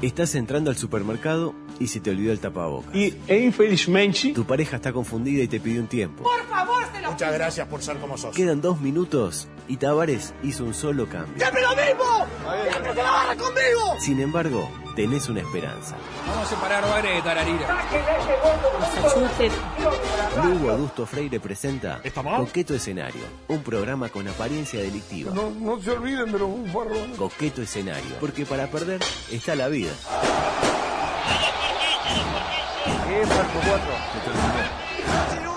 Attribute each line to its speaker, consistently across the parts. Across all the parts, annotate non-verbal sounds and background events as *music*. Speaker 1: Estás entrando al supermercado y se te olvidó el tapabocas.
Speaker 2: E, e infelizmente,
Speaker 1: Tu pareja está confundida y te pide un tiempo.
Speaker 3: Por favor, se lo
Speaker 4: Muchas gracias por ser como sos.
Speaker 1: Quedan dos minutos y Tavares hizo un solo cambio.
Speaker 3: ¡Siempre lo mismo! ¡Siempre se la barra conmigo!
Speaker 1: Sin embargo, tenés una esperanza.
Speaker 5: Vamos a separar hogares de tararira.
Speaker 1: Lugo Adusto Freire presenta Coqueto Escenario, un programa con apariencia delictiva.
Speaker 6: No, no se olviden de los bufarrones.
Speaker 1: Coqueto Escenario, porque para perder está la vida.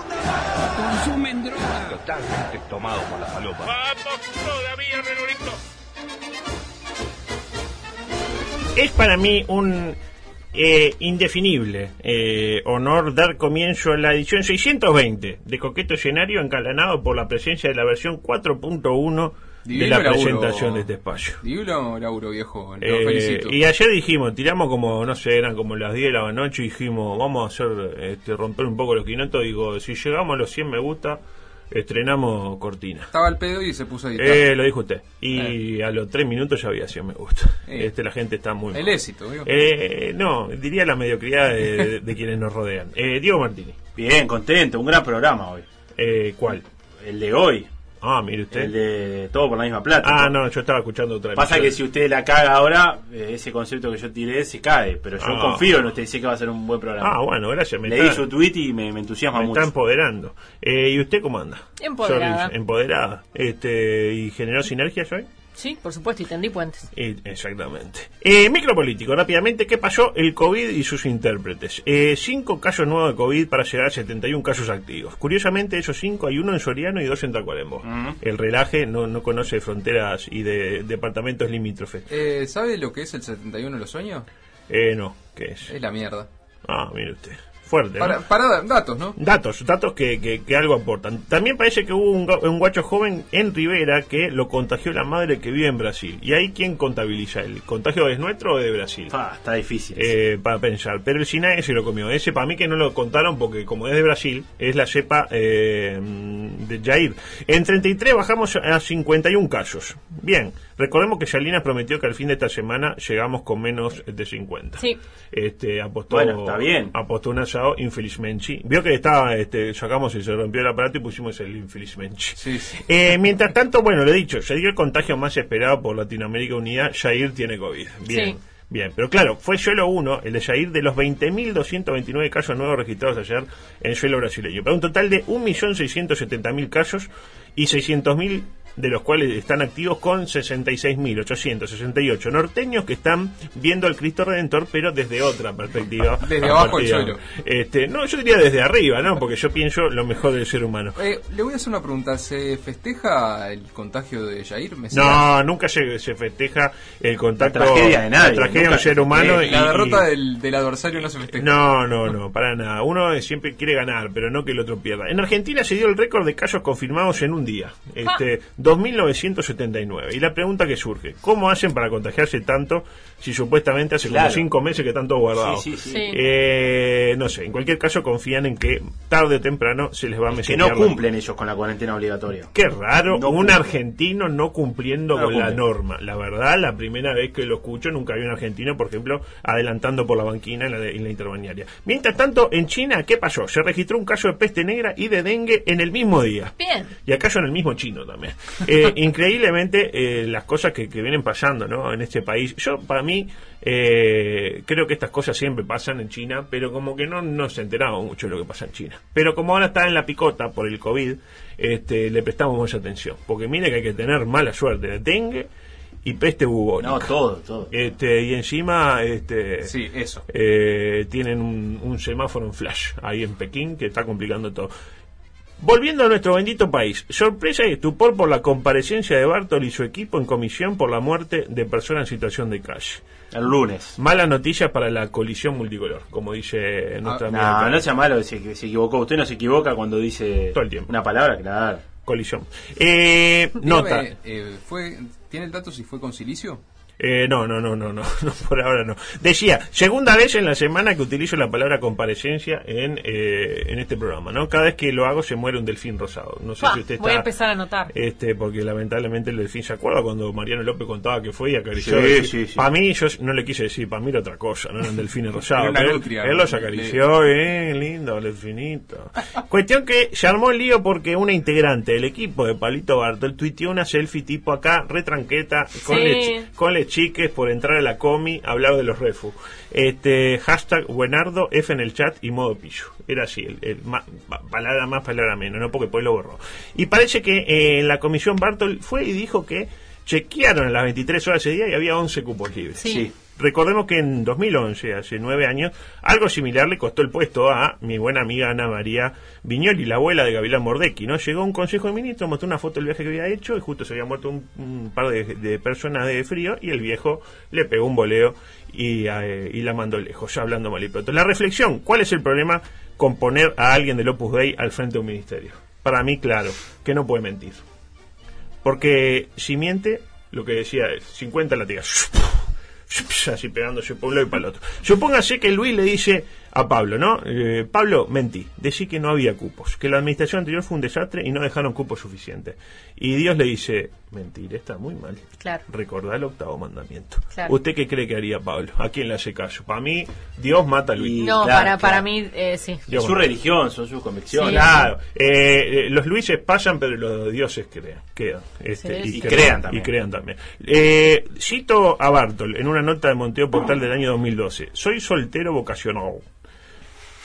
Speaker 5: Consumen droga.
Speaker 7: Totalmente tomado por la falopa.
Speaker 8: Es para mí un eh, indefinible eh, honor dar comienzo a la edición 620 de Coqueto Escenario encalanado por la presencia de la versión 4.1 de
Speaker 5: Divino
Speaker 8: la
Speaker 5: laburo.
Speaker 8: presentación de este espacio.
Speaker 5: Divino laburo, viejo. Lo
Speaker 8: Eh,
Speaker 5: felicito.
Speaker 8: y ayer dijimos, tiramos como, no sé, eran como las 10 de la noche y dijimos, vamos a hacer, este, romper un poco los quinotos. Digo, si llegamos a los 100 me gusta, estrenamos cortina.
Speaker 5: Estaba al pedo y se puso a editar.
Speaker 8: Eh, lo dijo usted. Y a los 3 minutos ya había 100 me gusta.
Speaker 5: Eh.
Speaker 8: Este, la gente está muy...
Speaker 5: El
Speaker 8: mal.
Speaker 5: éxito, viejo.
Speaker 8: Eh, no, diría la mediocridad de, de- de quienes nos rodean. Eh, Diego Martini,
Speaker 9: Bien, contento, un gran programa hoy.
Speaker 8: eh, ¿cuál?
Speaker 9: El de hoy,
Speaker 8: Ah, mire usted.
Speaker 9: el de todo por la misma plata.
Speaker 8: Ah, no, yo estaba escuchando otra
Speaker 9: Pasa que
Speaker 8: emisora.
Speaker 9: si usted la caga ahora, eh, ese concepto que yo tiré se cae, pero yo
Speaker 8: Ah.
Speaker 9: confío en usted, sé que va a ser un buen programa.
Speaker 8: Ah, bueno, gracias. Me,
Speaker 9: Leí
Speaker 8: está,
Speaker 9: su tweet y me, me entusiasma
Speaker 8: me está
Speaker 9: mucho.
Speaker 8: empoderando. Eh, ¿Y usted cómo anda?
Speaker 3: Empoderada.
Speaker 8: Sorry, empoderada. Este, ¿Y generó sinergias hoy?
Speaker 3: Sí, por supuesto, y tendí puentes.
Speaker 8: Eh, Exactamente. Eh, micropolítico, rápidamente, ¿qué pasó? El COVID y sus intérpretes. Eh, cinco casos nuevos de COVID para llegar a 71 casos activos. Curiosamente, esos cinco hay uno en Soriano y dos en Tacuarembó. El relaje no, no conoce fronteras y de departamentos limítrofes.
Speaker 5: Eh, ¿Sabe lo que es el 71 de los sueños?
Speaker 8: Eh, no, ¿qué es?
Speaker 5: Es la mierda.
Speaker 8: Ah, mire usted. Fuerte. ¿no?
Speaker 5: Para, para dar datos, ¿no?
Speaker 8: Datos, datos que, que- que algo aportan. También parece que hubo un, ga- un guacho joven en Rivera que lo contagió la madre que vive en Brasil. ¿Y ahí quién contabiliza? ¿El contagio es nuestro o de Brasil?
Speaker 9: Ah, está difícil.
Speaker 8: eh, para pensar. Pero el SINAE se lo comió. Ese para mí que no lo contaron porque como es de Brasil, es la cepa eh, de Jair. En 33 bajamos a 51 casos. Bien, recordemos que Salinas prometió que al fin de esta semana llegamos con menos de 50.
Speaker 3: Sí.
Speaker 8: Este, apostó,
Speaker 9: Bueno, está bien.
Speaker 8: apostó un asado infelizmente. Vio que estaba, este, sacamos y se rompió el aparato y pusimos el infelizmente.
Speaker 5: Sí, sí.
Speaker 8: Eh, mientras tanto, bueno, lo he dicho, se dio el contagio más esperado por Latinoamérica Unida, Jair tiene COVID.
Speaker 3: Sí.
Speaker 8: Bien. Bien, pero claro, fue solo uno, el de Jair, de los 20.229 casos nuevos registrados ayer en suelo brasileño, para un total de 1.670.000 casos y 600.000 de los cuales están activos con 66.868 norteños que están viendo al Cristo Redentor, pero desde otra perspectiva.
Speaker 5: Desde
Speaker 8: A
Speaker 5: abajo el
Speaker 8: partir de-
Speaker 5: suelo.
Speaker 8: Este, no, yo diría desde arriba, ¿no? Porque yo pienso lo mejor del ser humano.
Speaker 5: Eh, le voy a hacer una pregunta. ¿Se festeja el contagio de Jair? ¿Me será?
Speaker 8: No, nunca se, se festeja el contacto.
Speaker 9: La tragedia de nadie,
Speaker 8: la tragedia de un
Speaker 9: nunca.
Speaker 8: ser humano.
Speaker 5: Eh,
Speaker 8: y-
Speaker 5: la derrota
Speaker 8: y-
Speaker 5: del, del adversario no se festeja.
Speaker 8: No, no, no, para nada. Uno eh, siempre quiere ganar, pero no que el otro pierda. En Argentina se dio el récord de casos confirmados en un día,
Speaker 5: Ah.
Speaker 8: este, 2.979. Y la pregunta que surge, ¿cómo hacen para contagiarse tanto si supuestamente hace
Speaker 9: Claro.
Speaker 8: como cinco meses que están todos guardados?
Speaker 9: Sí, sí, sí.
Speaker 3: Sí.
Speaker 8: Eh, no sé, en cualquier caso confían en que tarde o temprano se les va a
Speaker 9: Que
Speaker 8: mesetear
Speaker 9: no
Speaker 8: la-
Speaker 9: cumplen ellos con la cuarentena obligatoria.
Speaker 8: Qué raro,
Speaker 9: No
Speaker 8: un
Speaker 9: cumple.
Speaker 8: argentino no cumpliendo
Speaker 9: No
Speaker 8: con la
Speaker 9: cumple.
Speaker 8: norma. La verdad, la primera vez que lo escucho, nunca había un argentino, por ejemplo, adelantando por la banquina en la, de- en la interbanearia. Mientras tanto, en China, ¿qué pasó? Se registró un caso de peste negra y de dengue en el mismo día.
Speaker 3: Bien.
Speaker 8: Y acá yo en el mismo chino también. Eh, increíblemente, eh, las cosas que, que vienen pasando ¿no? en este país. Yo, para mí, eh, creo que estas cosas siempre pasan en China, pero como que no nos enteramos mucho de lo que pasa en China. Pero como ahora está en la picota por el COVID, este, le prestamos mucha atención. Porque mire que hay que tener mala suerte de dengue y peste bubónica.
Speaker 9: No, todo, todo.
Speaker 8: Este, y encima este,
Speaker 5: Sí, eso.
Speaker 8: eh, tienen un, un semáforo en flash ahí en Pekín que está complicando todo. Volviendo a nuestro bendito país, sorpresa y estupor por la comparecencia de Bartol y su equipo en comisión por la muerte de personas en situación de calle.
Speaker 9: El lunes.
Speaker 8: Malas noticias para la colisión multicolor, como dice nuestra amiga.
Speaker 9: Ah, No,
Speaker 8: Carla.
Speaker 9: no sea malo, se, se equivocó. Usted no se equivoca cuando dice
Speaker 8: Todo el tiempo.
Speaker 9: una palabra, claro.
Speaker 8: Colisión. Eh,
Speaker 5: Dígame,
Speaker 8: nota.
Speaker 5: eh, fue, ¿Tiene el dato si fue con silicio?
Speaker 8: Eh, no, no, no, no, *laughs* no, no, por ahora no. Decía, segunda vez en la semana que utilizo la palabra comparecencia en, eh, en este programa, ¿no? Cada vez que lo hago se muere un delfín rosado. No sé
Speaker 3: Pa,
Speaker 8: si usted
Speaker 3: voy a
Speaker 8: está-
Speaker 3: empezar a anotar.
Speaker 8: Este, porque lamentablemente el delfín se acuerda cuando Mariano López contaba que fue y acarició.
Speaker 9: Sí,
Speaker 8: el delfín?
Speaker 9: sí, sí.
Speaker 8: Para mí, yo no le quise decir, para mí era otra cosa, no eran delfines
Speaker 5: *laughs*
Speaker 8: rosados.
Speaker 5: Era una
Speaker 8: pero él-
Speaker 5: nutria,
Speaker 8: él,
Speaker 5: ¿no?
Speaker 8: los acarició, eh, lindo, el delfinito. *laughs* Cuestión que se armó el lío porque una integrante del equipo de Palito Bartol tuiteó una selfie tipo acá, retranqueta, con,
Speaker 3: Sí.
Speaker 8: le chi- con les chiques por entrar a la comi, hablar de los refu. Este, hashtag Buenardo, F en el chat y modo pillo. Era así, el, el ma- pa- palabra más, palabra menos, no porque pues lo borró. Y parece que eh, la comisión Bartol fue y dijo que chequearon a las 23 horas ese día y había 11 cupos libres.
Speaker 3: Sí. Sí.
Speaker 8: Recordemos que en 2011, hace nueve años, algo similar le costó el puesto a mi buena amiga Ana María Viñoli, la abuela de Gabriela Mordecki, ¿no? Llegó a un consejo de ministros, mostró una foto del viaje que había hecho y justo se había muerto un, un par de, de personas de frío y el viejo le pegó un boleo y, eh, y la mandó lejos, ya hablando mal y pronto. La reflexión, ¿cuál es el problema con poner a alguien del Opus Dei al frente de un ministerio? Para mí, claro, que no puede mentir. Porque si miente, lo que decía él, 50 latigas. Así pegándose por un lado y para el otro. Supóngase que Luis le dice a Pablo, ¿no? Eh, Pablo, mentí. Decí que no había cupos. Que la administración anterior fue un desastre y no dejaron cupos suficientes. Y Dios le dice, mentir, está muy mal.
Speaker 3: Claro.
Speaker 8: Recordá el octavo mandamiento.
Speaker 3: Claro.
Speaker 8: ¿Usted qué cree que haría Pablo? ¿A quién le hace caso? Para mí, Dios mata a Luis.
Speaker 9: Y-
Speaker 3: No,
Speaker 9: claro,
Speaker 3: para,
Speaker 9: claro.
Speaker 3: para mí, eh, sí.
Speaker 8: Dios
Speaker 9: su
Speaker 8: mata.
Speaker 9: religión, son sus convicciones. Ah,
Speaker 3: Sí.
Speaker 8: Claro, eh, eh, los Luises pasan, pero los dioses crean, quedan. este,
Speaker 3: Sí.
Speaker 9: Y crean también.
Speaker 8: Y crean también. Eh, cito a Bartol en una nota de Monteo Portal del año 2012. Soy soltero vocacional.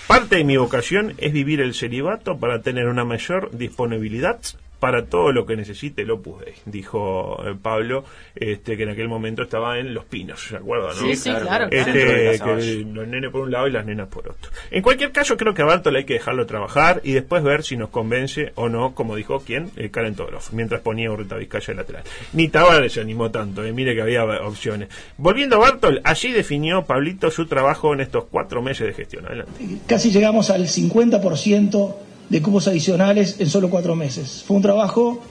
Speaker 8: Parte de mi vocación es vivir el celibato para tener una mayor disponibilidad para todo lo que necesite el Opus Dei, dijo eh, Pablo, este, que en aquel momento estaba en Los Pinos, ¿se acuerdan? no?
Speaker 3: Sí, sí, claro, claro.
Speaker 8: Este,
Speaker 9: Dentro de
Speaker 8: que
Speaker 9: Casaballe.
Speaker 8: los nenes por un lado y las nenas por otro. En cualquier caso, creo que a Bartol hay que dejarlo trabajar y después ver si nos convence o no, como dijo quién, Eh, Karen Todorov, mientras ponía a Urreta Vizcaya de lateral. Ni Tavares se animó tanto, eh, mire que había opciones. Volviendo a Bartol, allí definió Pablito su trabajo en estos cuatro meses de gestión. Adelante.
Speaker 2: Casi llegamos al 50% de cupos adicionales en solo cuatro meses. Fue un trabajo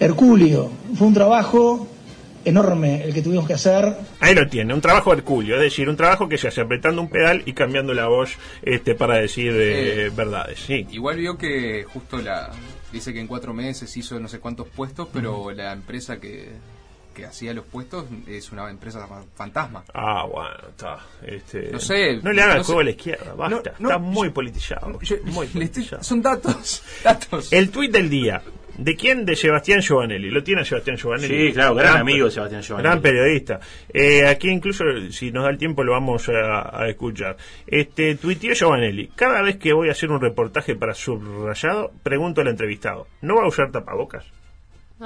Speaker 2: hercúleo, fue un trabajo enorme el que tuvimos que hacer.
Speaker 8: Ahí lo tiene, un trabajo hercúleo, es decir, un trabajo que se hace apretando un pedal y cambiando la voz este, para decir eh,
Speaker 5: Eh,
Speaker 8: verdades. Sí.
Speaker 5: Igual vio que justo la. Dice que en cuatro meses hizo no sé cuántos puestos, pero la empresa que, que hacía los puestos es una empresa fa- fantasma.
Speaker 8: Ah, bueno, está. Este,
Speaker 5: No sé,
Speaker 8: No le haga el
Speaker 5: no
Speaker 8: juego
Speaker 5: sé.
Speaker 8: a la izquierda, basta.
Speaker 5: No, no,
Speaker 8: está muy
Speaker 5: yo-
Speaker 8: politizado.
Speaker 5: Yo-
Speaker 8: muy
Speaker 5: *laughs* le estoy-
Speaker 8: politizado.
Speaker 5: son
Speaker 8: *laughs*
Speaker 5: datos, datos.
Speaker 8: El tuit del día. ¿De quién? De Sebastián Giovanelli. Lo tiene Sebastián Giovanelli.
Speaker 9: Sí, claro, gran
Speaker 8: Gran-
Speaker 9: amigo de Sebastián Giovanni.
Speaker 8: Gran periodista. Eh, aquí incluso, si nos da el tiempo, lo vamos a, a escuchar. Este, tuiteó Giovanelli. Cada vez que voy a hacer un reportaje para Subrayado, pregunto al entrevistado. ¿No va a usar tapabocas?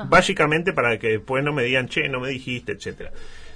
Speaker 8: Básicamente para que después no me digan, che, no me dijiste, etcétera.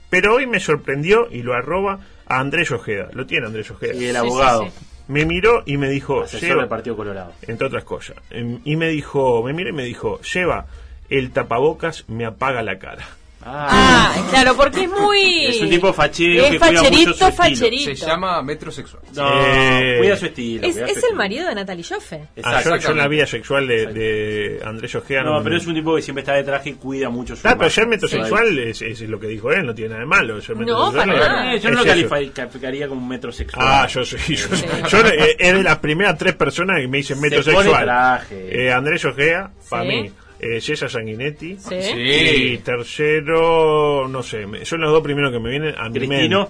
Speaker 8: Pero hoy me sorprendió y lo arroba a Andrés Ojeda. Lo tiene Andrés Ojeda.
Speaker 9: Y el abogado,
Speaker 3: sí, sí.
Speaker 8: Me miró y me dijo,
Speaker 9: asesor
Speaker 8: "Seba,
Speaker 9: del Partido Colorado.
Speaker 8: entre otras cosas. Em, Y me dijo, me miró y me dijo, lleva, el tapabocas me apaga la cara.
Speaker 3: Ah, claro, porque es muy.
Speaker 9: Es un tipo fachero
Speaker 3: Es
Speaker 9: que cuida
Speaker 3: facherito,
Speaker 9: mucho su estilo.
Speaker 5: Se
Speaker 3: facherito.
Speaker 5: llama metrosexual.
Speaker 9: No,
Speaker 8: Eh,
Speaker 9: cuida su estilo.
Speaker 3: Es, es
Speaker 9: cuida su
Speaker 3: el
Speaker 9: estilo.
Speaker 3: marido de Natalie Joffe.
Speaker 8: Ah, yo,
Speaker 9: Exacto.
Speaker 8: yo en la vida sexual de, de Andrés Ojea
Speaker 9: No, pero es un tipo que siempre está de traje y cuida mucho su
Speaker 8: Ah, pero ser
Speaker 9: imagen.
Speaker 8: metrosexual es, es lo que dijo él, no tiene nada de malo. ser
Speaker 3: No,
Speaker 8: metrosexual
Speaker 3: para
Speaker 8: es-
Speaker 3: nada.
Speaker 9: Eh, yo no lo
Speaker 8: es eso.
Speaker 9: califi- calificaría como un metrosexual.
Speaker 8: Ah, yo soy. Yo, yo, eh, es de las primeras tres personas que me dicen
Speaker 9: Se
Speaker 8: metrosexual.
Speaker 9: pone traje.
Speaker 8: Eh, Andrés Ojea, para
Speaker 3: Sí.
Speaker 8: mí. Eh, César Sanguinetti.
Speaker 3: Sí.
Speaker 8: Y tercero, no sé, me- son los dos primeros que me vienen a mi
Speaker 9: Cristino.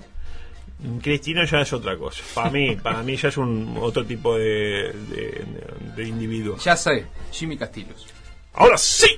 Speaker 8: mente. Cristino ya es otra cosa. Para
Speaker 9: *laughs*
Speaker 8: mí, para mí ya es un otro tipo de, de, de individuo.
Speaker 5: Ya sé, Jimmy Castillos.
Speaker 8: Ahora sí.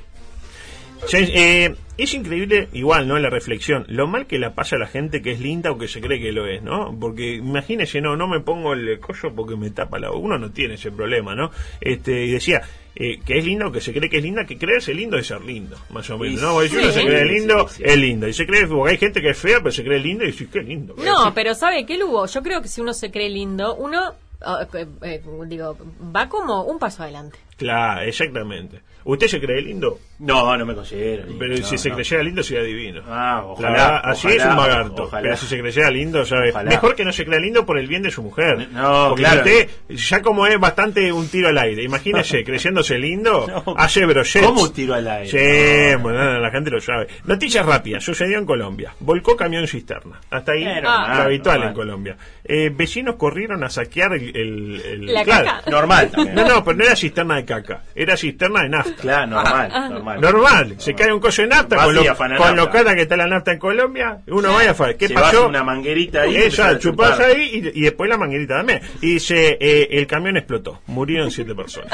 Speaker 8: Ya es- eh, es increíble, igual, ¿no? La reflexión. Lo mal que la pasa a la gente que es linda o que se cree que lo es, ¿no? Porque imagínese, no, no me pongo el collo porque me tapa la. Uno no tiene ese problema, ¿no? Este, y decía. eh, que es linda o que se cree que es linda, que creerse lindo es ser lindo, más o menos.
Speaker 9: Y
Speaker 8: ¿no? Porque si
Speaker 9: sí,
Speaker 8: uno se cree lindo,
Speaker 9: sí, sí.
Speaker 8: es lindo. Y se cree, porque hay gente que es fea, pero se cree lindo y dice, qué lindo. que
Speaker 3: No,
Speaker 8: es".
Speaker 3: pero ¿sabe qué, Lugo? Yo creo que si uno se cree lindo, uno, ah, eh, eh, digo, va como un paso adelante.
Speaker 8: Claro, exactamente. ¿Usted se cree lindo?
Speaker 9: No, no me considero. ni-
Speaker 8: Pero
Speaker 9: no,
Speaker 8: si se
Speaker 9: no.
Speaker 8: creyera lindo sería divino.
Speaker 9: Ah, ojalá,
Speaker 8: La verdad, así
Speaker 9: ojalá,
Speaker 8: es un vagarto.
Speaker 9: ojalá.
Speaker 8: Pero si se creyera lindo, ¿sabe?
Speaker 9: Ojalá.
Speaker 8: Mejor que no se crea lindo por el bien de su mujer.
Speaker 9: No,
Speaker 8: Porque
Speaker 9: claro.
Speaker 8: usted, ya como es bastante un tiro al aire,
Speaker 9: *laughs*
Speaker 8: imagínese, creyéndose lindo,
Speaker 9: No.
Speaker 8: hace brochets.
Speaker 9: ¿Cómo un tiro al aire?
Speaker 8: Sí,
Speaker 9: No.
Speaker 8: bueno, la gente lo sabe. Noticias rápidas. Sucedió en Colombia. Volcó camión cisterna. Hasta ahí,
Speaker 9: Claro,
Speaker 8: lo
Speaker 9: normal,
Speaker 8: habitual
Speaker 9: normal.
Speaker 8: en Colombia. Eh, vecinos corrieron a saquear el... el- el-
Speaker 3: La
Speaker 8: claro.
Speaker 3: caca.
Speaker 8: *laughs*
Speaker 9: Normal también.
Speaker 8: No, no, pero no era cisterna de caca. Era cisterna de nafta.
Speaker 9: Claro, normal, normal.
Speaker 8: Normal, se cae un coche de nafta
Speaker 9: Vacía,
Speaker 8: con lo,
Speaker 9: afana
Speaker 8: con lo
Speaker 9: nafta.
Speaker 8: cara que está la nafta en Colombia. Uno vaya a fa- ¿Qué
Speaker 9: Se
Speaker 8: pasó?
Speaker 9: va una manguerita ahí.
Speaker 8: Ella, chupás
Speaker 9: chupada
Speaker 8: ahí y, y después la manguerita también. Y dice, eh, el camión explotó. Murieron siete personas.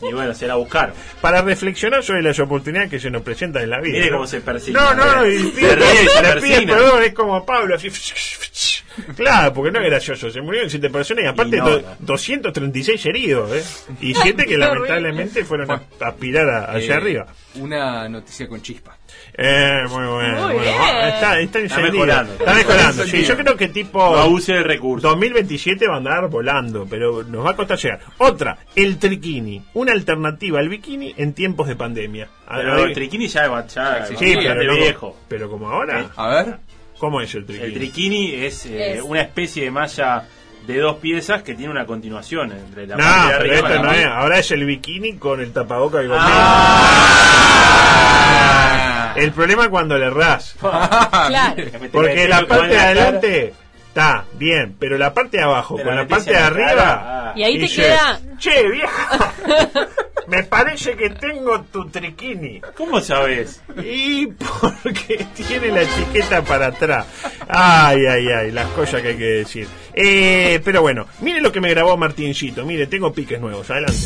Speaker 9: Y bueno, se la buscaron.
Speaker 8: Para reflexionar sobre las oportunidades que se nos presentan en la vida.
Speaker 9: Mire
Speaker 8: ¿no?
Speaker 9: cómo se persigue.
Speaker 8: No, no, no, y
Speaker 9: *laughs* Se
Speaker 8: pide-
Speaker 9: ríe y se
Speaker 8: le pide
Speaker 9: persina.
Speaker 8: perdón, es como Pablo. así, *laughs* Claro, porque no es gracioso. Se murieron siete personas y aparte
Speaker 9: Y no,
Speaker 8: do-
Speaker 9: no.
Speaker 8: 236 heridos. ¿eh?
Speaker 3: *laughs*
Speaker 8: Y siete que
Speaker 3: Qué horrible.
Speaker 8: lamentablemente fueron a a aspirar a- hacia
Speaker 5: Eh,
Speaker 8: arriba.
Speaker 5: Una noticia con chispa.
Speaker 8: Eh, muy bueno.
Speaker 3: Muy
Speaker 8: bueno.
Speaker 3: bien.
Speaker 8: Ah, Está, está encendido.
Speaker 9: mejorando.
Speaker 8: Está mejorando. Sí,
Speaker 5: Encendido.
Speaker 8: yo creo que
Speaker 9: No
Speaker 8: tipo
Speaker 9: abuse del recurso.
Speaker 8: 2027 va a andar volando, pero nos va a costar llegar. Otra, el triquini. Una alternativa al bikini en tiempos de pandemia. A
Speaker 9: Pero
Speaker 8: ver,
Speaker 9: el triquini ya es ya,
Speaker 8: sí,
Speaker 5: sí,
Speaker 8: pero,
Speaker 9: bastante
Speaker 8: no-
Speaker 9: viejo.
Speaker 8: pero como ahora,
Speaker 5: A ver,
Speaker 8: ¿cómo es el triquini?
Speaker 9: El triquini es, eh,
Speaker 3: Es.
Speaker 9: una especie de malla de dos piezas que tiene una continuación entre la
Speaker 8: no,
Speaker 9: parte de
Speaker 8: pero
Speaker 9: arriba y
Speaker 8: esto
Speaker 9: la
Speaker 8: no
Speaker 9: parte-
Speaker 8: es. Ahora es el bikini con el tapaboca y gomera.
Speaker 9: Ah.
Speaker 8: El problema es cuando le errás.
Speaker 5: Ah,
Speaker 3: Claro.
Speaker 8: Porque la parte de
Speaker 9: Con la cara.
Speaker 8: adelante está bien, pero la parte de abajo,
Speaker 9: Te
Speaker 8: con la
Speaker 9: metés
Speaker 8: parte
Speaker 9: en
Speaker 8: de
Speaker 9: la
Speaker 8: arriba.
Speaker 9: cara. Ah.
Speaker 3: Y ahí te
Speaker 8: dice,
Speaker 3: queda.
Speaker 8: Che, vieja. *laughs* Me parece que tengo tu triquini.
Speaker 9: ¿Cómo sabes?
Speaker 8: Y porque tiene la etiqueta para atrás. Ay, ay, ay, las cosas que hay que decir. Eh, pero bueno, mire lo que me grabó Martincito. Mire, tengo piques nuevos. Adelante.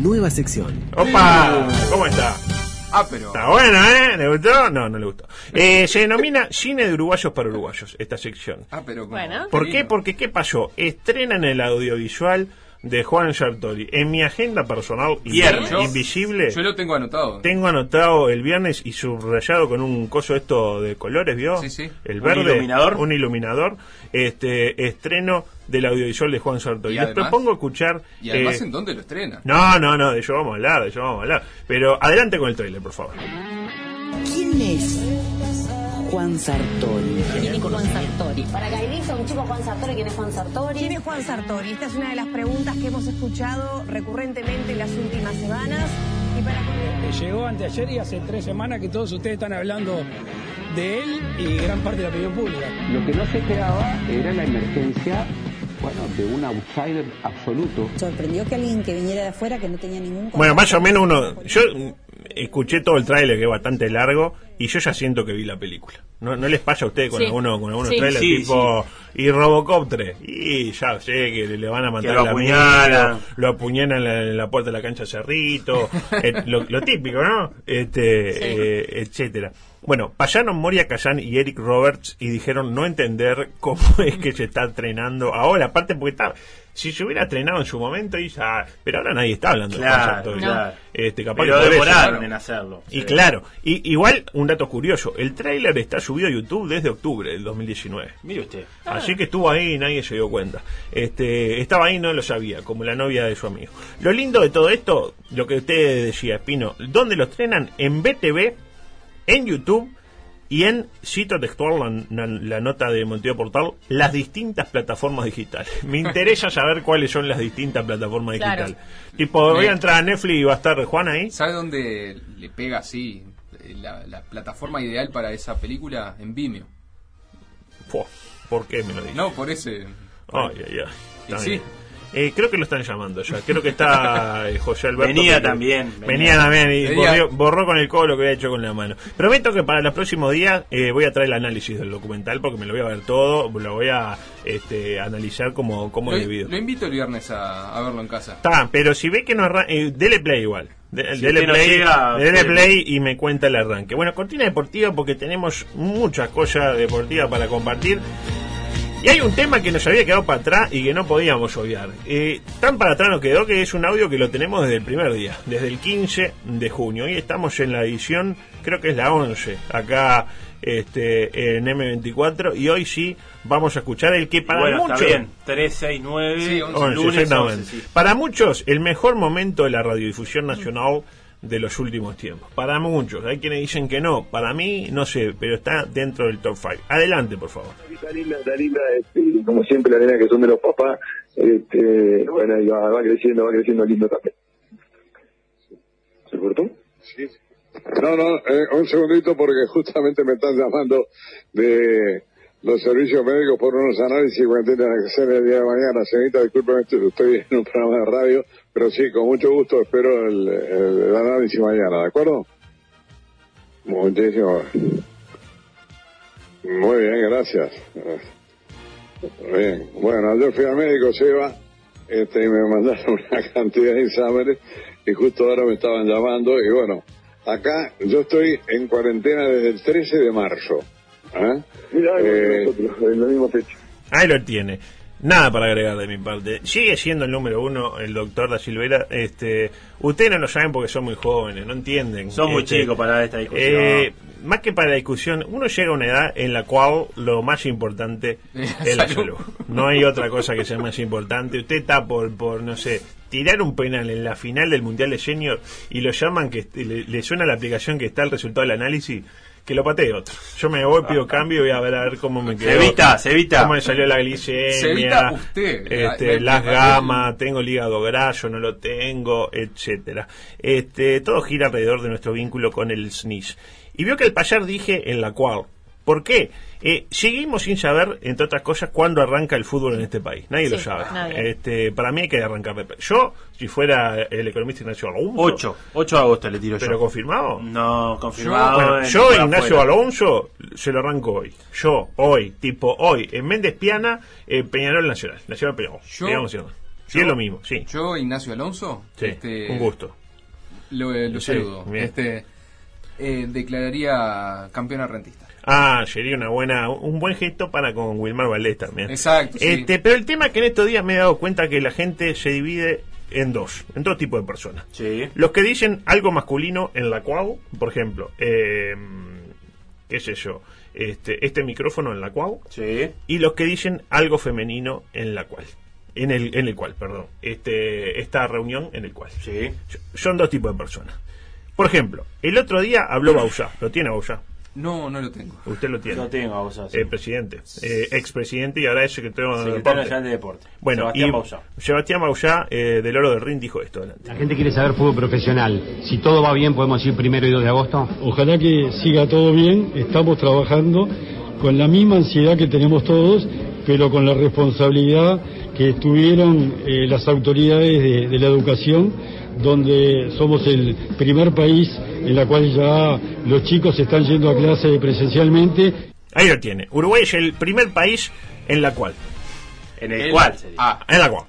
Speaker 1: Nueva sección.
Speaker 8: Opa, ¿cómo está?
Speaker 5: Ah, pero.
Speaker 8: Está bueno, ¿eh? ¿Le gustó? No, no le gustó. Eh, se denomina Cine de Uruguayos para Uruguayos, esta sección.
Speaker 5: Ah, pero. como-
Speaker 3: Bueno.
Speaker 8: ¿Por qué? Porque ¿qué pasó? Estrenan el audiovisual de Juan Sartori. En mi agenda personal invi-
Speaker 9: Viernes.
Speaker 5: Yo-
Speaker 8: invisible
Speaker 5: Yo lo tengo anotado.
Speaker 8: tengo anotado el viernes y subrayado con un coso esto de colores, ¿vio?
Speaker 5: Sí, sí.
Speaker 8: El
Speaker 9: Un
Speaker 8: verde.
Speaker 9: iluminador.
Speaker 8: Un iluminador. Este estreno del audiovisual de Juan Sartori.
Speaker 5: Y
Speaker 8: Les
Speaker 5: además-
Speaker 8: propongo escuchar...
Speaker 5: ¿Y además
Speaker 8: eh,
Speaker 5: en dónde lo estrena?
Speaker 8: No, no, no, de eso vamos a hablar, de eso vamos a hablar. Pero adelante con el trailer, por favor.
Speaker 4: ¿Quién es Juan Sartori?
Speaker 10: Para Gailito, un chico Juan Sartori, ¿quién es Juan Sartori?
Speaker 11: ¿Quién es Juan Sartori? Esta es una de las preguntas que hemos escuchado recurrentemente en las últimas semanas. Y para
Speaker 2: Eh, Llegó anteayer y hace tres semanas que todos ustedes están hablando de él y gran parte de la opinión pública.
Speaker 4: Lo que no se creaba era la emergencia, bueno, de un outsider absoluto.
Speaker 11: Sorprendió que alguien que viniera de afuera que no tenía ningún
Speaker 8: Bueno, más o menos uno. Yo mm, escuché todo el tráiler que es bastante largo y yo ya siento que vi la película. ¿No, no les pasa a ustedes con
Speaker 3: Sí.
Speaker 8: alguno con algunos
Speaker 3: Sí.
Speaker 8: trailers
Speaker 9: Sí,
Speaker 8: tipo y Robocop 3? Y ya sé que le, le van a matar
Speaker 9: lo
Speaker 8: la
Speaker 9: apuñalan.
Speaker 8: mina, lo apuñalan en la, en la puerta de la cancha
Speaker 9: *laughs*
Speaker 8: Cerrito, eh, lo, lo típico, ¿no? Este,
Speaker 3: Sí.
Speaker 8: eh, etcétera. Bueno, pasaron Moria Kazan y Eric Roberts y dijeron no entender cómo *laughs* es que se está entrenando ahora, aparte porque está si se hubiera entrenado en su momento y ya, pero ahora nadie está hablando de Juan
Speaker 9: Claro,
Speaker 8: Sartori.
Speaker 9: claro.
Speaker 8: Este, capaz
Speaker 9: Pero
Speaker 8: que por eso.
Speaker 9: demoraron
Speaker 5: claro.
Speaker 9: en hacerlo.
Speaker 8: Y
Speaker 9: Sí.
Speaker 8: claro, y, igual un dato curioso, el tráiler está subido a YouTube desde octubre del 2019.
Speaker 9: Mire usted.
Speaker 8: Ah. Así que estuvo ahí y nadie se dio cuenta. Este, estaba ahí y no lo sabía, como la novia de su amigo. Lo lindo de todo esto, lo que usted decía, Espino, ¿dónde lo estrenan? En BTV, en YouTube y en, cito textual la, la- la nota de Montevideo Portal, las distintas plataformas digitales. Me interesa saber cuáles son las distintas plataformas
Speaker 3: Claro.
Speaker 8: digitales. Tipo, voy a
Speaker 5: Bien.
Speaker 8: entrar a Netflix y va a estar Juan ahí.
Speaker 5: ¿Sabe dónde le pega así eh, la, la plataforma ideal para esa película? En Vimeo.
Speaker 8: Fua, ¿Por qué me lo dice?
Speaker 5: No, por ese.
Speaker 8: Ay, ay, ay.
Speaker 5: Y
Speaker 8: Oh, Está
Speaker 5: sí.
Speaker 8: bien. Eh, creo que lo están llamando ya. Creo que está eh, José Alberto.
Speaker 9: Venía
Speaker 8: que-
Speaker 9: también,
Speaker 8: Venía,
Speaker 9: venía.
Speaker 8: también y
Speaker 5: Venía.
Speaker 8: borrió- borró con el codo lo que había hecho con la mano. Prometo que para los próximos días eh, voy a traer el análisis del documental porque me lo voy a ver todo. Lo voy a este, analizar como, como
Speaker 5: Lo,
Speaker 8: es debido.
Speaker 5: lo invito el viernes a, a verlo en casa.
Speaker 8: Está, pero si ve que no arranca. dele play igual. De-
Speaker 9: Si
Speaker 8: dele
Speaker 9: usted no
Speaker 8: play,
Speaker 9: llega, eh,
Speaker 8: dele
Speaker 9: usted-
Speaker 8: play y me cuenta el arranque. Bueno, cortina deportiva porque tenemos muchas cosas deportivas para compartir. Y hay un tema que nos había quedado para atrás y que no podíamos obviar. Eh, tan para atrás nos quedó que es un audio que lo tenemos desde el primer día, desde el 15 de junio. Y estamos en la edición, creo que es la 11, acá este, en M24. Y hoy sí vamos a escuchar el que para
Speaker 9: bueno,
Speaker 8: muchos...
Speaker 9: está bien. 3, 6, 9,
Speaker 8: Once,
Speaker 9: lunes
Speaker 8: exactamente.
Speaker 9: 11, sí.
Speaker 8: Para muchos, el mejor momento de la radiodifusión nacional de los últimos tiempos. Para muchos, hay quienes dicen que no. Para mí, no sé, pero está dentro del top 5. Adelante, por favor.
Speaker 12: linda, la linda, este, como siempre la nena que son de los papás, este, bueno, y va, va creciendo, va creciendo lindo también. ¿Se cortó?
Speaker 6: No, no, eh, un segundito porque justamente me están llamando de los servicios médicos por unos análisis que me tienen que hacer el día de mañana. Señorita, discúlpeme, estoy- estoy en un programa de radio, pero sí, con mucho gusto espero el, el- el análisis mañana, ¿de acuerdo? Muchísimo. Muy bien, gracias. Bien, bueno, yo fui al médico, Seba, este, y me mandaron *laughs* una cantidad de exámenes y justo ahora me estaban llamando y bueno, Acá yo estoy en cuarentena desde el 13 de marzo. ¿eh? Eh,
Speaker 8: Ahí lo tiene. Nada para agregar de mi parte. Sigue siendo el número uno el doctor da Silvera. Este, ustedes no lo saben porque son muy jóvenes, no entienden.
Speaker 9: Son muy
Speaker 8: Este,
Speaker 9: chicos para esta discusión.
Speaker 8: eh, más que para la discusión, uno llega a una edad en la cual lo más
Speaker 9: *laughs*
Speaker 8: importante es la salud. No hay otra cosa que sea más importante. Usted está por, por no sé, tirar un penal en la final del Mundial de Senior y lo llaman, que est- le, le suena la aplicación que está el resultado del análisis, que lo patee otro. Yo me voy, pido cambio y a ver, a ver cómo me quedo.
Speaker 9: Cevita, Cevita.
Speaker 8: Cómo me salió la
Speaker 9: Cevita,
Speaker 8: glicemia.
Speaker 9: usted.
Speaker 8: este,
Speaker 9: Ah,
Speaker 8: las
Speaker 9: me-
Speaker 8: gamas, tengo el hígado graso, no lo tengo, etcétera. Este, todo gira alrededor de nuestro vínculo con el SNIS. Y vio que al pasar dije en la cual. ¿Por qué? Eh, seguimos sin saber, entre otras cosas, cuándo arranca el fútbol en este país. Nadie lo
Speaker 9: Sí,
Speaker 8: sabe.
Speaker 9: nadie.
Speaker 8: Este, para mí hay que arrancar. de- Yo, si fuera el economista internacional,
Speaker 9: 8, 8 de agosto le tiro yo.
Speaker 8: ¿Pero confirmado?
Speaker 9: No, confirmado.
Speaker 8: Yo, bueno,
Speaker 9: en-
Speaker 8: yo,
Speaker 9: por
Speaker 8: Ignacio
Speaker 9: afuera.
Speaker 8: Alonso, se lo arranco hoy. Yo, hoy, tipo hoy, en Méndez Piana, eh, Peñarol Nacional. Nacional Peñarol.
Speaker 5: Yo-
Speaker 8: digamos, digamos. Sí, es lo mismo, sí.
Speaker 5: Yo, Ignacio Alonso,
Speaker 8: Sí,
Speaker 5: este,
Speaker 8: un gusto.
Speaker 5: lo, eh, lo
Speaker 8: Sí,
Speaker 5: saludo.
Speaker 8: bien.
Speaker 5: Este, eh, declararía campeón arrentista.
Speaker 8: Ah, sería una buena, un buen gesto para con Wilmar Valdés también.
Speaker 5: Exacto, sí.
Speaker 8: Este, Pero el tema es que en estos días me he dado cuenta que la gente se divide en dos, en dos tipos de personas. Los que dicen algo masculino en la cual, por ejemplo, eh, qué sé yo, este, este micrófono en la cual, y los que dicen algo femenino en la cual. En el, en el cual, perdón. Este, esta reunión en el cual. Son dos tipos de personas. Por ejemplo, el otro día habló Bausá. ¿Lo tiene Bausá?
Speaker 5: No, no lo tengo.
Speaker 8: Usted lo tiene.
Speaker 9: Lo tengo, Bausá, sí.
Speaker 8: Eh, presidente. Eh, expresidente y ahora es secretario, de
Speaker 9: Secretario
Speaker 8: Deporte.
Speaker 9: Nacional de Deporte.
Speaker 8: Bueno,
Speaker 9: Sebastián
Speaker 8: y
Speaker 9: Bausá.
Speaker 8: Sebastián Bausá, eh, del Oro del Rin, dijo esto. Adelante.
Speaker 13: La gente quiere saber fútbol profesional. Si todo va bien, podemos ir primero y 2 de agosto.
Speaker 14: Ojalá que siga todo bien, estamos trabajando con la misma ansiedad que tenemos todos, pero con la responsabilidad que tuvieron eh, las autoridades de, de la educación, donde somos el primer país en la cual ya los chicos están yendo a clase presencialmente.
Speaker 8: Ahí lo tiene. Uruguay es el primer país en la cual.
Speaker 9: En el cual, sería.
Speaker 8: Ah, en la cual.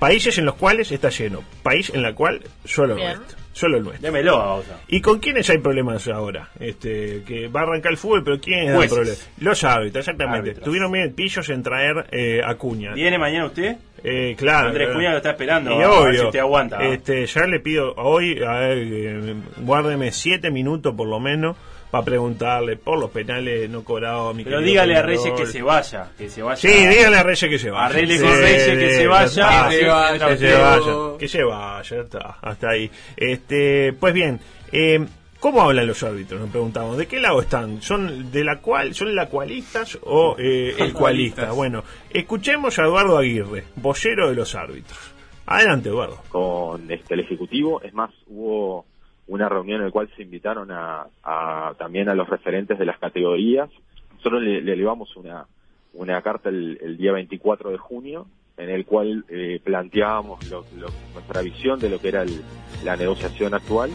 Speaker 8: Países en los cuales está lleno. País en la cual solo el
Speaker 9: Bien.
Speaker 8: nuestro. Solo el nuestro.
Speaker 9: Démelo a Bausá.
Speaker 8: ¿Y con quiénes hay problemas ahora? Este, que va a arrancar el fútbol, pero ¿quién es el
Speaker 9: Jueces.
Speaker 8: problema? Los árbitros, exactamente.
Speaker 9: Árbitros.
Speaker 8: Tuvieron bien pillos en traer eh, a Cuña.
Speaker 9: ¿Viene mañana usted?
Speaker 8: Eh, claro.
Speaker 9: Andrés
Speaker 8: claro.
Speaker 9: Cuña lo está esperando,
Speaker 8: Y
Speaker 9: a ver
Speaker 8: obvio.
Speaker 9: si usted aguanta, ¿va?
Speaker 8: Este, ya le pido hoy, a ver, eh, guárdeme siete minutos por lo menos para preguntarle por los penales no cobrados a mi
Speaker 9: Pero
Speaker 8: querido
Speaker 9: dígale a
Speaker 8: Peñarol.
Speaker 9: Reyes que se vaya, que se vaya.
Speaker 8: Sí, dígale a Reyes que se vaya.
Speaker 9: Arregle
Speaker 8: Sí,
Speaker 9: con Reyes que
Speaker 8: sí,
Speaker 9: se
Speaker 8: ya
Speaker 9: vaya.
Speaker 8: está.
Speaker 9: que se vaya,
Speaker 8: Que se
Speaker 9: pero-
Speaker 8: vaya. Que se vaya, ya está. Hasta ahí. Este, pues bien, eh, ¿cómo hablan los árbitros? Nos preguntamos. ¿De qué lado están? ¿Son de la cual, son la cualistas o eh, el cualista? Bueno, escuchemos a Eduardo Aguirre, vocero de los árbitros. Adelante, Eduardo.
Speaker 15: con este, el Ejecutivo. Es más, hubo una reunión en la cual se invitaron a, a- también a los referentes de las categorías. Nosotros le, le elevamos una, una carta el, el día 24 de junio en el cual eh, planteábamos lo- lo- nuestra visión de lo que era el- la negociación actual.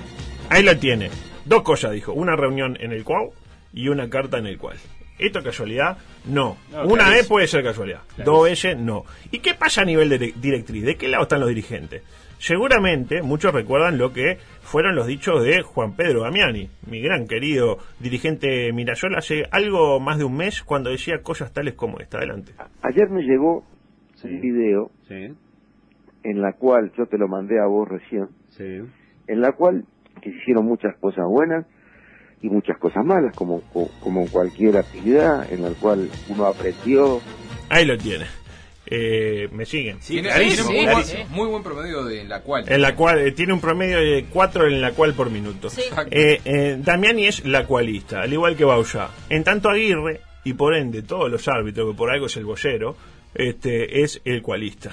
Speaker 8: Ahí la tiene. Dos cosas dijo. Una reunión en el cual y una carta en el cual. ¿Esto es casualidad? No.
Speaker 9: No,
Speaker 8: una E vez
Speaker 9: clarísimo.
Speaker 8: E, puede ser casualidad. Dos veces no. ¿Y qué pasa a nivel de directriz? ¿De qué lado están los dirigentes? Seguramente muchos recuerdan lo que fueron los dichos de Juan Pedro Damiani, mi gran querido dirigente Mirayol, hace algo más de un mes cuando decía cosas tales como esta. Adelante.
Speaker 16: Ayer me llegó un video en la cual, yo te lo mandé a vos recién, en la cual que hicieron muchas cosas buenas y muchas cosas malas, como, co- como en cualquier actividad en la cual uno aprendió.
Speaker 8: Ahí lo tiene. Eh, me siguen.
Speaker 5: Tiene, tiene muy, buen- muy buen promedio de en la cual.
Speaker 8: En la cual eh, tiene un promedio de 4 en la cual por minuto.
Speaker 5: Sí.
Speaker 8: Eh, eh, Damiani es la cualista, al igual que Bausá. En tanto Aguirre, y por ende todos los árbitros, que por algo es el boyero, este, es el cualista.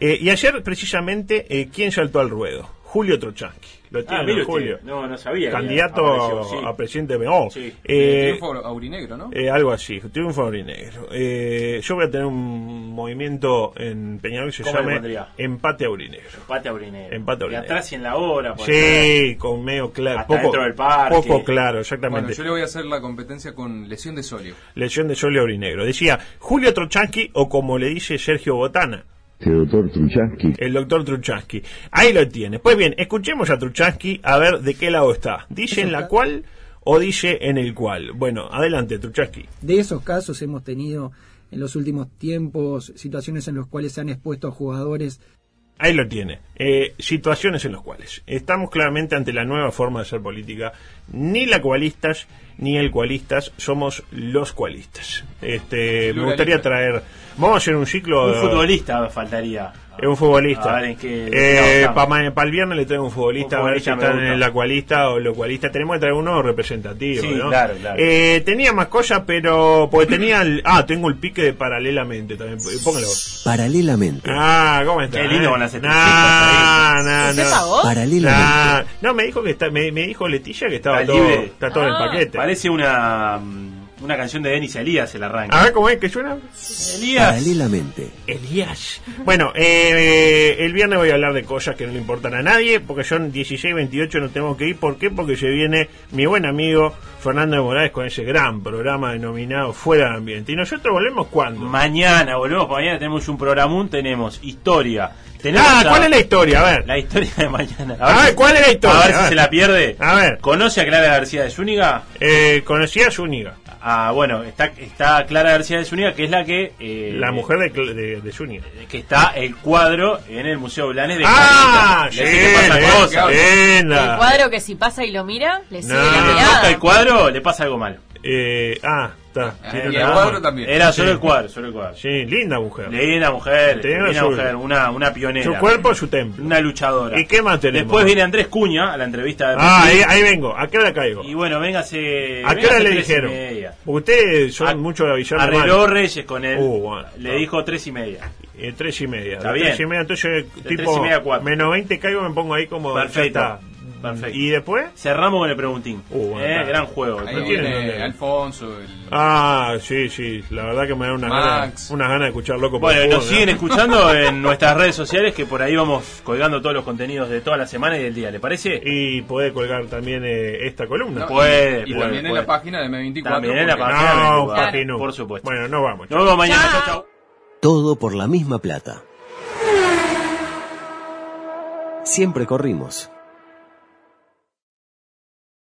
Speaker 8: Eh, y ayer, precisamente, eh, ¿quién saltó al ruedo? Julio Trochansky. Lo tiene
Speaker 9: Ah, mira usted.
Speaker 8: Julio.
Speaker 9: No, no sabía que
Speaker 8: Candidato
Speaker 9: apareció, sí.
Speaker 8: a presidente de MO.
Speaker 9: Sí.
Speaker 8: Eh,
Speaker 5: Triunfo aurinegro, ¿no?
Speaker 8: eh, algo así, triunfo aurinegro. Eh, yo voy a tener un movimiento en Peñarol que se
Speaker 9: ¿Cómo le
Speaker 8: llame
Speaker 9: pondría?
Speaker 8: empate aurinegro.
Speaker 9: Empate aurinero.
Speaker 8: Empate
Speaker 9: Y
Speaker 8: aurinegro.
Speaker 9: atrás y en la hora. pues, por
Speaker 8: Sí, con medio claro.
Speaker 9: Ah, Hasta dentro del parque.
Speaker 8: poco claro, exactamente.
Speaker 5: Bueno, yo le voy a hacer la competencia con lesión de solio.
Speaker 8: Lesión de Solio Aurinegro. Decía Julio Trochansky, o como le dice Sergio Botana,
Speaker 17: Doctor Truchansky.
Speaker 8: el doctor Truchansky. Ahí lo tiene. Pues bien, escuchemos a Truchansky a ver de qué lado está. ¿Dice en la cual o dice en el cual? Bueno, adelante, Truchansky.
Speaker 18: De esos casos hemos tenido en los últimos tiempos situaciones en las cuales se han expuesto a jugadores
Speaker 8: Ahí lo tiene. Eh, situaciones en las cuales estamos claramente ante la nueva forma de hacer política. Ni la cualistas ni el cualistas somos los cualistas. Este, me
Speaker 9: Pluralista.
Speaker 8: gustaría traer. Vamos a hacer un ciclo.
Speaker 9: Un
Speaker 8: eh,
Speaker 9: futbolista faltaría.
Speaker 8: Es un futbolista.
Speaker 9: A ver en qué-
Speaker 8: Eh,
Speaker 9: no,
Speaker 8: pa- ma- pa el viernes le traigo un futbolista,
Speaker 9: Un
Speaker 8: a ver si
Speaker 9: futbolista me
Speaker 8: están
Speaker 9: gusta.
Speaker 8: en la cualista o lo cualista. Tenemos que traer uno representativo,
Speaker 9: Sí,
Speaker 8: ¿no?
Speaker 9: claro, claro.
Speaker 8: Eh, tenía más cosas, pero. Porque tenía. el- ah, tengo el pique de paralelamente también. Póngalo.
Speaker 1: Paralelamente.
Speaker 8: Ah, ¿cómo está?
Speaker 1: Qué lindo
Speaker 8: eh?
Speaker 1: con las
Speaker 8: Nah,
Speaker 1: estrellitas ahí.
Speaker 8: nah,
Speaker 1: ¿Usted
Speaker 8: nah.
Speaker 1: pagó? Paralelamente.
Speaker 8: Nah. No, me dijo que está, me, me dijo Letilla que estaba
Speaker 9: Está
Speaker 8: todo,
Speaker 9: libre.
Speaker 8: está todo en el paquete.
Speaker 9: Parece una, mm, una canción de Denis Elías el arranque.
Speaker 8: A ver cómo es que suena.
Speaker 1: Ah, Paralelamente.
Speaker 8: Elías. Bueno, eh, el viernes voy a hablar de cosas que no le importan a nadie, porque son 16 y 28, no tenemos que ir. ¿Por qué? Porque se viene mi buen amigo Fernando de Morales con ese gran programa denominado Fuera del Ambiente. ¿Y nosotros volvemos cuándo?
Speaker 9: Mañana, volvemos. Mañana tenemos un programón, tenemos historia. Tenemos
Speaker 8: Ah, ¿cuál es la historia? A ver.
Speaker 9: La historia de mañana.
Speaker 8: A ver, ¿cuál es la historia?
Speaker 9: A ver
Speaker 8: A
Speaker 9: si
Speaker 8: ver.
Speaker 9: se la pierde.
Speaker 8: A ver.
Speaker 9: ¿Conoce a Clara García de Zúñiga?
Speaker 8: Eh, conocí a Zúñiga.
Speaker 9: Ah, bueno, está, está Clara García de Zúñiga, que es la que... eh,
Speaker 8: La mujer de, Cl- de, de Zúñiga.
Speaker 9: Que está el cuadro en el Museo Blanes de
Speaker 8: Ah,
Speaker 9: Clarita. Le
Speaker 8: sí,
Speaker 9: dice que pasa
Speaker 8: linda,
Speaker 9: cosas.
Speaker 8: linda.
Speaker 3: El cuadro que si pasa y lo mira, le sigue
Speaker 9: Si
Speaker 3: la
Speaker 9: le
Speaker 3: mirada.
Speaker 9: toca el cuadro, le pasa algo malo.
Speaker 8: Eh, ah, está.
Speaker 9: Ah,
Speaker 8: Tiene
Speaker 9: y
Speaker 8: una
Speaker 9: el
Speaker 8: dama.
Speaker 9: cuadro también. Era solo el cuadro, solo el cuadro.
Speaker 8: Sí, linda mujer.
Speaker 9: Linda mujer,
Speaker 8: Tenía
Speaker 9: linda
Speaker 8: su-
Speaker 9: mujer, una, una pionera.
Speaker 8: Su cuerpo, su templo.
Speaker 9: Una luchadora.
Speaker 8: ¿Y qué más tenemos?
Speaker 9: Después viene Andrés Cuña a la entrevista de
Speaker 8: Ah, ahí, ahí vengo. ¿A qué hora caigo?
Speaker 9: Y bueno, véngase.
Speaker 8: ¿A qué hora le
Speaker 9: véngase Eh, tres y
Speaker 8: dijeron?
Speaker 9: media.
Speaker 8: Ustedes son mucho de avisar.
Speaker 9: Arregló Reyes con él.
Speaker 8: Uh, bueno.
Speaker 9: Le dijo tres y media.
Speaker 8: Eh, tres y media.
Speaker 9: Está
Speaker 8: De
Speaker 9: bien.
Speaker 8: Tres y media, entonces
Speaker 9: De
Speaker 8: tipo
Speaker 9: tres y media a cuatro.
Speaker 8: menos 20 caigo, me pongo ahí como...
Speaker 9: Perfecto.
Speaker 8: ya está.
Speaker 9: Perfecto.
Speaker 8: ¿Y después?
Speaker 9: Cerramos con el preguntín.
Speaker 8: Uh, bueno,
Speaker 9: Eh,
Speaker 8: está.
Speaker 9: gran juego. el
Speaker 5: Ahí
Speaker 9: preguntín.
Speaker 5: viene Alfonso, el
Speaker 8: Ah, sí, sí. La verdad que me da unas ganas
Speaker 9: Max.
Speaker 8: unas ganas de escuchar loco. por el
Speaker 9: Bueno, nos
Speaker 8: fútbol,
Speaker 9: siguen
Speaker 8: ¿no? *laughs*
Speaker 9: escuchando en nuestras redes sociales que por ahí vamos colgando todos los contenidos de toda la semana y del día, ¿le parece?
Speaker 8: Y puede colgar también eh, esta columna. Ah,
Speaker 9: No, Puede,
Speaker 5: y
Speaker 9: puede,
Speaker 5: también en
Speaker 9: puede.
Speaker 5: la página de M24.
Speaker 9: También en la
Speaker 5: porque-
Speaker 9: página de
Speaker 8: No,
Speaker 9: Claro.
Speaker 8: Pajinu.
Speaker 9: Por supuesto.
Speaker 8: Bueno, nos vamos.
Speaker 9: Nos vemos mañana. Chau, chau.
Speaker 1: Todo por la misma plata. Siempre corrimos,